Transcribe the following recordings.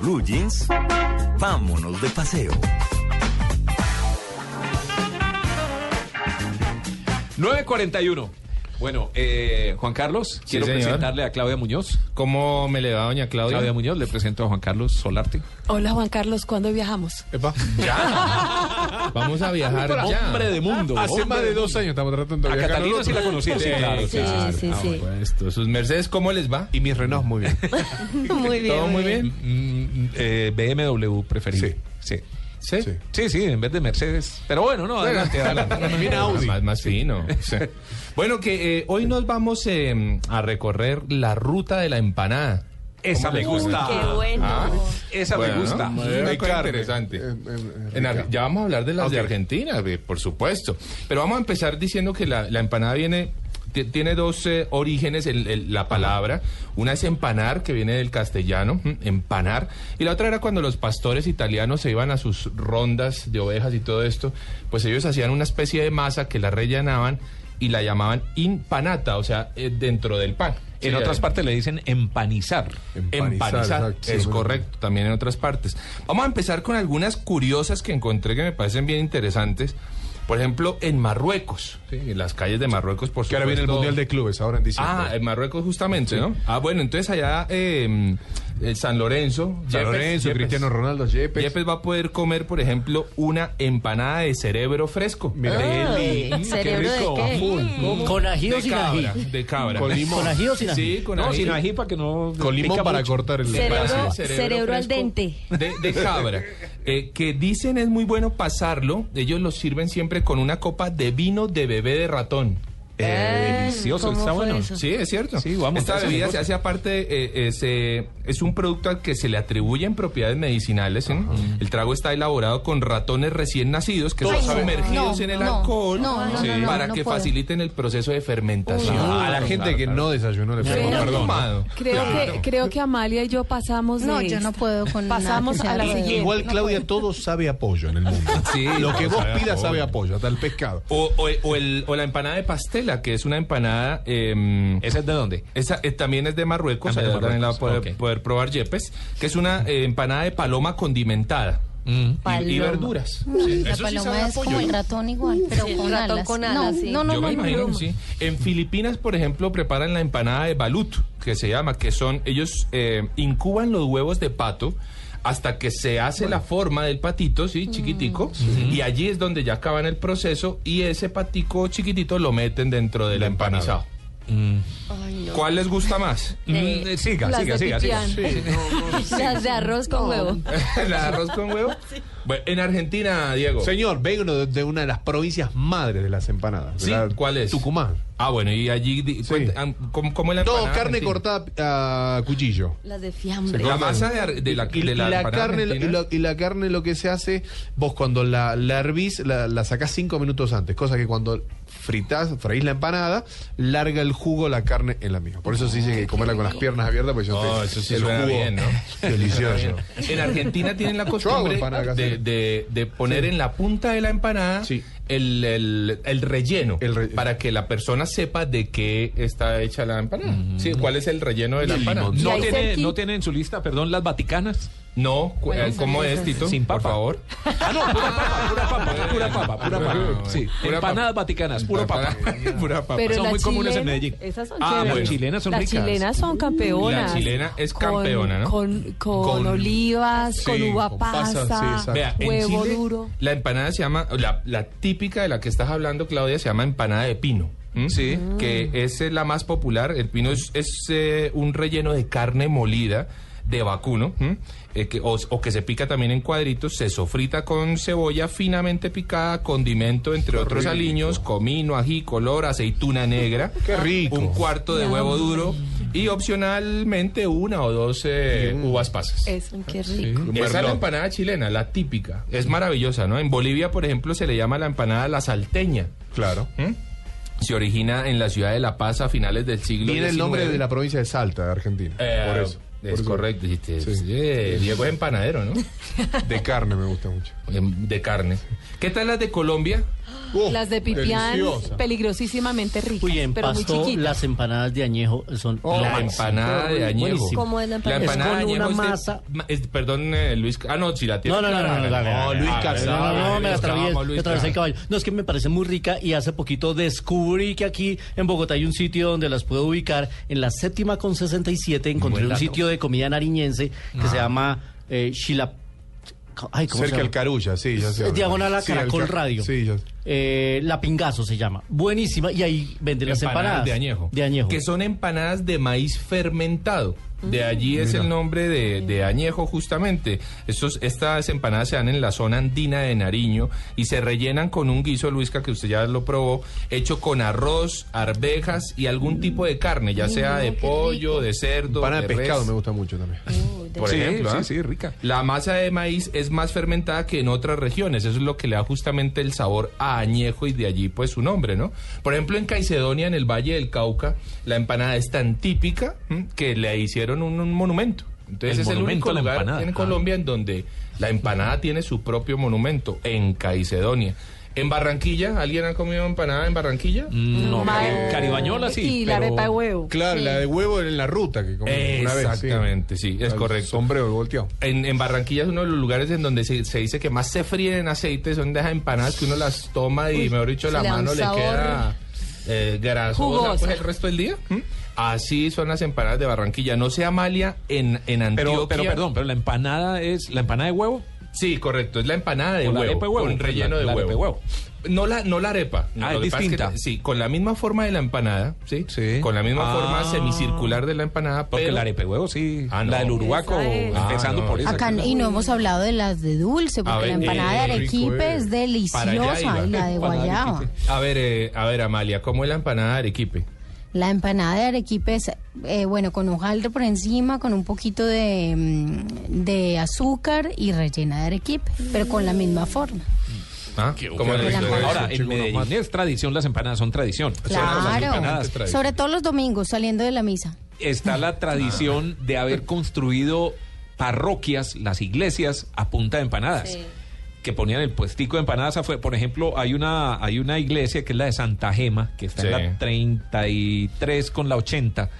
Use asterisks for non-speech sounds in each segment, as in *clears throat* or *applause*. blue jeans, vámonos de paseo. 941. Bueno, eh, Juan Carlos, quiero señor. presentarle a Claudia Muñoz. ¿Cómo me le va, doña Claudia? Claudia Muñoz, le presento a Juan Carlos Solarte. Hola Juan Carlos, ¿cuándo viajamos? *laughs* Epa, ya. Vamos a viajar Ah, ya. Hombre de mundo. Hace hombre más de mundo. dos años estamos tratando de A viajar Catalina sí la conocía, sí, claro. Sí, claro. sí, Ah, sí. bueno, esto. ¿Sus Mercedes cómo les va? Y mis Renault *laughs* muy bien. Muy bien. ¿Todo Ah, muy bien? Mm, eh, BMW preferido. Sí. sí. Sí. Sí. Sí, en vez de Mercedes. Pero bueno, no, adelante, adelante. Bien Audi. Ah, Más, más fino. Sí. Bueno, que eh, hoy nos vamos eh, a recorrer la ruta de la empanada. Esa me gusta. Qué bueno. Ah. Esa Bueno, me gusta. ¿no? Muy Una cosa carne. interesante. Eh, eh, En Ar- rica. ya vamos a hablar de las de Ok. Argentina, eh, por supuesto. Pero vamos a empezar diciendo que la, la empanada viene. ti- Tiene dos eh, orígenes el- el- la palabra. Una es empanar, que viene del castellano, mm, empanar. Y la otra era cuando los pastores italianos se iban a sus rondas de ovejas y todo esto, pues ellos hacían una especie de masa que la rellanaban y la llamaban impanata, o sea, eh, dentro del pan. En Sí, Em- otras eh, partes le dicen empanizar. Empanizar, exacto, es sí, correcto, también en otras partes. Vamos a empezar con algunas curiosas que encontré que me parecen bien interesantes. Por ejemplo, en Marruecos, ¿sí? en las calles de Marruecos, por Que ahora viene el supuesto. Mundial de Clubes, ahora en diciembre. Ah, en Marruecos justamente, ¿no? Ah, bueno, entonces allá eh, el San Lorenzo, San Yepes, Lorenzo, Yepes. Cristiano Ronaldo, Yepes. Yepes va a poder comer, por ejemplo, una empanada de cerebro fresco. Mira, Ay, Deli. ¿cerebro de qué? Mm. ¿Con ají o de sin cabra, ají? De cabra. Con limón. ¿Con ají o sin ají? Sí, con No, ají. sin ají para que no. Con limón pica para mucho. cortar el Cerebro- empanada. Sí, cerebro al fresco dente. De, de cabra. eh, que dicen es muy bueno pasarlo. Ellos lo sirven siempre con una copa de vino de bebé de ratón. Eh, Ah, delicioso, ¿cómo está fue bueno. eso? Sí, es cierto. Sí, vamos, Esta ese bebida negocio. se hace aparte, eh, es, eh, es un producto al que se le atribuyen propiedades medicinales. ¿eh? El trago está elaborado con ratones recién nacidos que son Ay, no, sumergidos no, en el no, alcohol no, no, no, no, para no que puedo. faciliten el proceso de fermentación. A la gente que no desayunó le Creo- pedimos perdón. ¿no? Tomado. Creo que creo que Amalia y yo pasamos de No, yo no puedo con nada Pasamos que sea a la rueda. siguiente. Igual, Claudia, todo sabe apoyo en el *laughs* mundo. Sí, Lo que todo vos sabe a pidas pollo. sabe apoyo, hasta el pescado. O, o- o el- o la empanada de pastela, que es una empanada. em, ¿Esa es de dónde? esa eh, también es de Marruecos, También de allá también la va a Marruecos, poder, ok. poder probar Yepes, que es una eh, empanada de paloma condimentada Mm. y- y, Paloma. verduras. Uy, la Eso sí paloma sabe a es pollo. como el ratón igual, pero Sí, el con ratón alas. con No, alas, sí. no, no, Yo me no, no. imagino que sí. En Filipinas, por ejemplo, preparan la empanada de balut, que se llama, que son, ellos eh, incuban los huevos de pato hasta que se hace la forma del patito, sí, chiquitico, y allí es donde ya acaban el proceso y ese patico chiquitito lo meten dentro del La empanada. empanizado. Ay, no. ¿Cuál les gusta más? *laughs* Mm, eh, siga, Las siga, de siga, siga. Pipián. Las de arroz con huevo. ¿La arroz con huevo? Bueno, en Argentina, Diego. Señor, vengo de, de una de las provincias madres de las empanadas. de Sí, la- ¿cuál es? Tucumán. Ah, bueno, y allí, di- Sí. cuenta- ah, ¿cómo, cómo es la Todo empanada carne argentina? cortada a cuchillo. Las de fiambre. La masa de, ar- de la, Y, de la y la empanada carne, y, argentina. lo- y la carne lo que se hace, vos cuando la, la hervís, la, la sacás cinco minutos antes, cosa que cuando fritás, freís la empanada, larga el jugo la carne en la misma. Por eso se dice que comerla con las piernas abiertas, pues yo Oh, te- eso sí el suena jugo bien, ¿no? *laughs* delicioso. En Argentina tienen la Yo hago costumbre empanada de, casera. de- de poner en la punta de la empanada Sí. el, el- el relleno El re- para que la persona sepa de qué está hecha la empanada. Sí, ¿cuál es el relleno de la Y empanada. limón. ¿No Y ahí tiene, cerquita. ¿No tiene en su lista, perdón, las vaticanas? No, cu- Bueno, eh, ¿cómo esas- es, Tito? Sin Por papa. favor. Ah, no, pura papa, pura papa, pura papa, pura papa. Sí, Pura papa. empanadas vaticanas, pura papa. *laughs* Pura papa. Pero Son las muy comunes en chilenas, Medellín. Esas son Ah, chéveres. bueno. chilenas son las ricas. chilenas son campeonas. La chilena es Con- campeona, ¿no? Con, con, Con- olivas, sí, con uva con pasa, pasas, sí, exacto. Vea, en huevo Chile, duro. la empanada se llama, la, la típica de la que estás hablando, Claudia, se llama empanada de pino. ¿m? Sí. Que es eh, la más popular. El pino es, es, eh, un relleno de carne molida de vacuno, ¿m? Eh, que- o, o que se pica también en cuadritos, se sofrita con cebolla finamente picada, condimento, entre otros rico. aliños, comino, ají, color, aceituna negra. *laughs* Qué rico. Un cuarto de huevo duro y opcionalmente una o dos eh, uvas pasas. Eso. Qué rico. Esa es la Merlot. empanada chilena, la típica. Es maravillosa, ¿no? En Bolivia, por ejemplo, se le llama la empanada la salteña. Claro. ¿m? Se origina en la ciudad de La Paz a finales del siglo Viene el nombre XIX. de la provincia de Salta, de Argentina. Eh, por eso. Es por eso. correcto. dijiste, Sí. eh, Diego es empanadero, ¿no? De carne me gusta mucho. Em, De carne. ¿Qué tal las de Colombia? Oh, *laughs* Las de Pipián, deliciosa. peligrosísimamente ricas, Uy, en pero muy Pasto chiquitas. las empanadas de añejo son Oh, la las- empanada de añejo. buenísimo. ¿Cómo es la La empanada? empanada de Es con una añejo es de- masa. ma- es- perdón, eh, Luis. Ah, no, si la tiene. No, no, no, no, no, dale, dale, Luis dale. Carlos. No, no, no, me la Luis atravié, Carlos, Luis me atravesé el Carlos. caballo. No, es que me parece muy rica y hace poquito descubrí que aquí en Bogotá hay un sitio donde las puedo ubicar. En la séptima con 67 encontré Buen un dato. sitio de comida nariñense que se llama eh, Chila... Ay, ¿cómo se Cerca llama? al Carulla, sí, ya sé Es dónde. diagonal a Sí, al Caracol Ca- Radio. Sí, ya sé. Eh, la Pingazo se llama. Buenísima. Y ahí venden las empanadas. de añejo. De añejo. Que son empanadas de maíz fermentado. De allí es el nombre de, de añejo justamente. Estos, estas empanadas se dan en la zona andina de Nariño y se rellenan con un guiso, Luisca, que usted ya lo probó, hecho con arroz, arvejas y algún tipo de carne, ya sea de qué pollo, rico. de cerdo, Empanada de res. pescado me gusta *laughs* mucho también. Uy, de- Por Sí, ejemplo, sí, ¿ah? sí, rica. La masa de maíz es más fermentada que en otras regiones. Eso es lo que le da justamente el sabor a añejo y de allí, pues, su nombre, ¿no? Por ejemplo, en Caicedonia, en el Valle del Cauca, la empanada es tan típica ¿m? que le hicieron un, un monumento. Entonces El es el monumento único a la lugar empanada, en claro. Colombia en donde la empanada tiene su propio monumento, en Caicedonia. ¿En Barranquilla? ¿Alguien ha comido empanada en Barranquilla? No, Ma- cari- caribañola sí. eh, Y la pero- arepa de huevo. Claro, la de huevo en la ruta que comí una vez. Exactamente, sí, es Al correcto. Sombrero volteado. En, en Barranquilla es uno de los lugares en donde se, se dice que más se fríen en aceite, son de esas empanadas que uno las toma y, mejor dicho, se la le da un mano le sabor. queda eh, grasosa Jugosa. pues, el resto del día. ¿Mm? ¿m? Así son las empanadas de Barranquilla. No sea Amalia en, en Antioquia. Pero, pero perdón, pero la empanada es la empanada de huevo. Sí, correcto, es la empanada de O la huevo, arepa de huevo, con pues, relleno la- de, la huevo. arepa de huevo. No la, no la arepa. Ah, Lo es que pasa distinta. te- sí, con la misma forma de la empanada, ¿sí? Sí. Con la misma Ah. forma semicircular de la empanada, Porque pero... la arepa de huevo sí. Ah, no. La del Uruguaco, Esa es. empezando Ah, no. por esa. Acá, y no hemos hablado de las de dulce, A porque ver, la empanada eh, de rico, Arequipe eh. *laughs* es Para allá iba. deliciosa, y la Empanada de de Ah. guayaba. Arequipe. A ver, eh, a ver, Amalia, ¿cómo es la empanada de Arequipe? La empanada de arequipe es, eh, bueno, con hojaldre por encima, con un poquito de, mm, de azúcar y rellena de arequipe, pero con la misma forma. ¿Ah? ¿Cómo qué le rico. hizo eso? Ahora, en Medellín es tradición, las empanadas son tradición. Las Claro, empanadas. sobre todo los domingos saliendo de la misa. Está la tradición de haber construido parroquias, las iglesias, a punta de empanadas. Que ponían el puestico de empanadas afuera. Por ejemplo, hay una, hay una iglesia que es la de Santa Gema, que está Sí. en la 33 con la 80.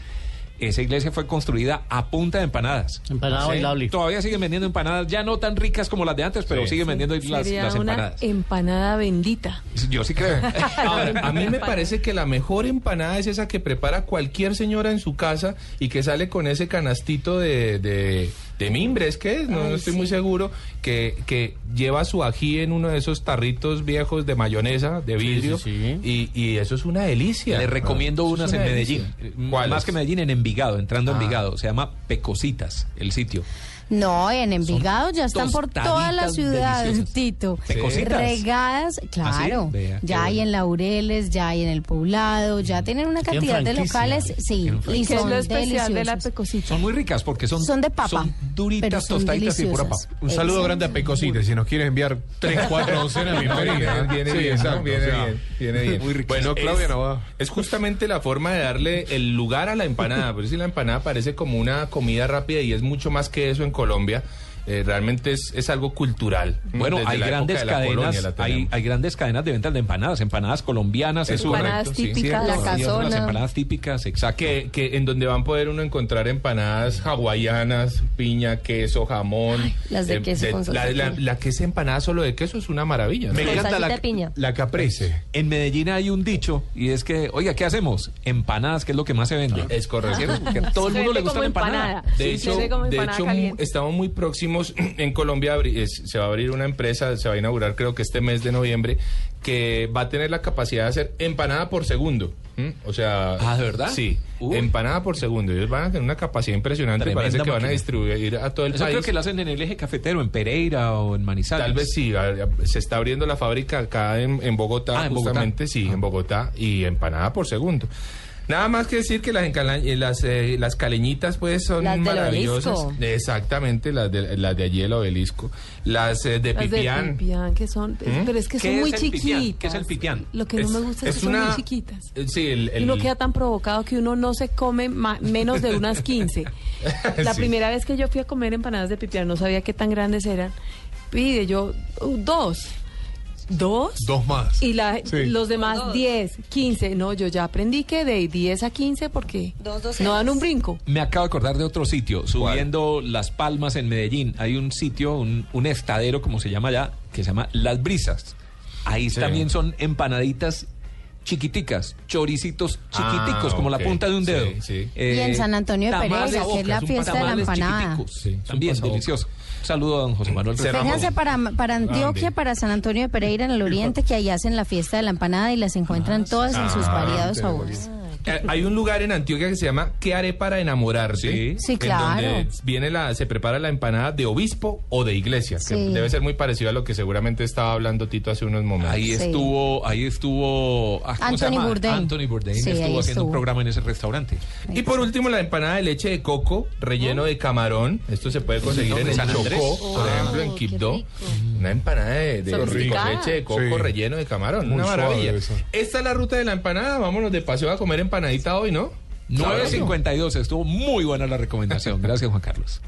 Esa iglesia fue construida a punta de empanadas. Empanada Sí. bailable. Todavía siguen vendiendo empanadas, ya no tan ricas como las de antes, pero Sí. siguen vendiendo las, Sería las una empanadas. empanada bendita. Yo sí creo. *laughs* Ahora, a mí me parece que la mejor empanada es esa que prepara cualquier señora en su casa y que sale con ese canastito de, de, de mimbre, es que es, no, no estoy muy seguro, que, que lleva su ají en uno de esos tarritos viejos de mayonesa, de vidrio, sí, Y, y eso es una delicia. Le recomiendo Ah. Eso es unas en una Medellín. delicia. Más ¿Cuáles? que Medellín, en Envigado, entrando a Ah. Envigado. Se llama Pecositas, el sitio. No, en Envigado ya están por toda la tostaditas ciudad, deliciosas. Tito. Pecositas. Regadas, claro. Vea, qué ya hay bueno. Mm. en Laureles, ya hay en El Poblado, ya tienen una Tienen cantidad de franquicia. locales, sí, Tienen y Que es son lo especial de la deliciosas. pecosita. Son muy ricas porque son, Son de papa, Son pero duritas, son tostaditas y pura papa. deliciosas. Un saludo Exacto. grande a Pecosita. Si nos quieres enviar 3, 4 *laughs* docenas, bienvenida. Viene, viene Sí, bien, exacto, ¿no? Viene o sea, bien, viene bien. Muy rico. Bueno, No, Claudia no va. Es justamente la forma de darle el lugar a la empanada. Por eso la empanada parece como una comida rápida y es mucho más que eso en Colombia. Eh, realmente es, es algo cultural. Bueno, Desde hay la época grandes de la colonia cadenas, la hay, tenemos. hay grandes cadenas de ventas de empanadas, empanadas colombianas, Es es correcto, Empanadas sí. típicas. La una- casa- las Casona. empanadas típicas, exacto. que, que en donde van a poder uno encontrar empanadas hawaianas, piña, queso, jamón. eh, las de queso con salsa la, la- piña. la que es empanada solo de queso es una maravilla. ¿no? Me Con encanta salsita la, de piña. la caprese. En Medellín hay un dicho y es que, oiga, ¿qué hacemos? Empanadas, que es lo que más se vende. Es correcto. ¿Cierto? Porque a todo el Se mundo le vende gusta como la empanada. empanada. De Sí, hecho, se ve como de empanada hecho, mu- caliente. estamos muy próximos *clears throat* en Colombia. a abrir- es- se va a abrir una empresa, se va a inaugurar creo que este mes de noviembre, que va a tener la capacidad de hacer empanada por segundo. ¿m? O sea, Ah, ¿de verdad? Sí, Uy. empanada por segundo. Ellos van a tener una capacidad impresionante. Tremenda Parece que van a máquina. distribuir a todo el Eso país. creo que lo hacen en el eje cafetero, en Pereira o en Manizales. Tal vez sí, a- se está abriendo la fábrica acá en, en Bogotá, Ah, en Bogotá. justamente, sí, en Bogotá, y empanada por segundo. Nada más que decir que las, encala- eh, las, eh, las caleñitas pues son Las del maravillosas. obelisco. Exactamente, las de, las de allí el obelisco. Las eh, de Las de Pipián. pipián, que son, pero es que son ¿Mm? ¿Qué muy es el pipián? chiquitas. ¿Qué es el pipián? Lo que no me gusta es, que son muy chiquitas. eh, Sí, el, Y uno el- queda tan provocado que uno no se come ma- menos de unas 15. *laughs* La Sí. primera vez que yo fui a comer empanadas de pipián, no sabía qué tan grandes eran. Pide yo uh, dos. ¿Dos? Dos más. Y la- Sí. los demás Dos. 10, 15. No, yo ya aprendí que de 10 a 15 porque Dos docenas. no dan un brinco. Me acabo de acordar de otro sitio, subiendo Las Palmas en Medellín. Hay un sitio, un, un estadero, como se llama allá, que se llama Las Brisas. Ahí Sí. también son empanaditas chiquiticas, choricitos Ah, chiquiticos, como la ok. punta de un Sí, dedo. Eh, sí. Y en San Antonio de tamales, Pereira, que es la un fiesta de la tamales empanada. chiquiticos, Sí, es un también pasaboca. delicioso. Un saludo a don José Manuel. Cerramos. Vénganse para, para Antioquia, Andy. para San Antonio de Pereira, en el oriente, que ahí hacen la fiesta de la empanada y las encuentran todas en sus Ah, variados sí, sabores. Eh, Hay un lugar en Antioquia que se llama ¿Qué haré para enamorarte? Sí. Sí, En claro. donde viene la, se prepara la empanada de obispo o de iglesia, que Sí. debe ser muy parecido a lo que seguramente estaba hablando Tito hace unos momentos. Ahí Sí. estuvo, ahí estuvo ah, ¿cómo se Anthony llama? Bourdain. Anthony Bourdain Sí, ahí estuvo haciendo estuvo. un programa en ese restaurante. Y por último, la empanada de leche de coco, relleno de camarón. Esto se puede conseguir en el San Andrés. Chocó, por Oh, ejemplo, en qué Quibdó. rico. Una empanada de, de- Sofisticada. con leche de coco, Sí. relleno de camarón. Muy una suave maravilla. eso. Esta es la ruta de la empanada. Vámonos de paseo a comer empanadita hoy, ¿no? 9.52, estuvo muy buena la recomendación. Gracias, Juan Carlos.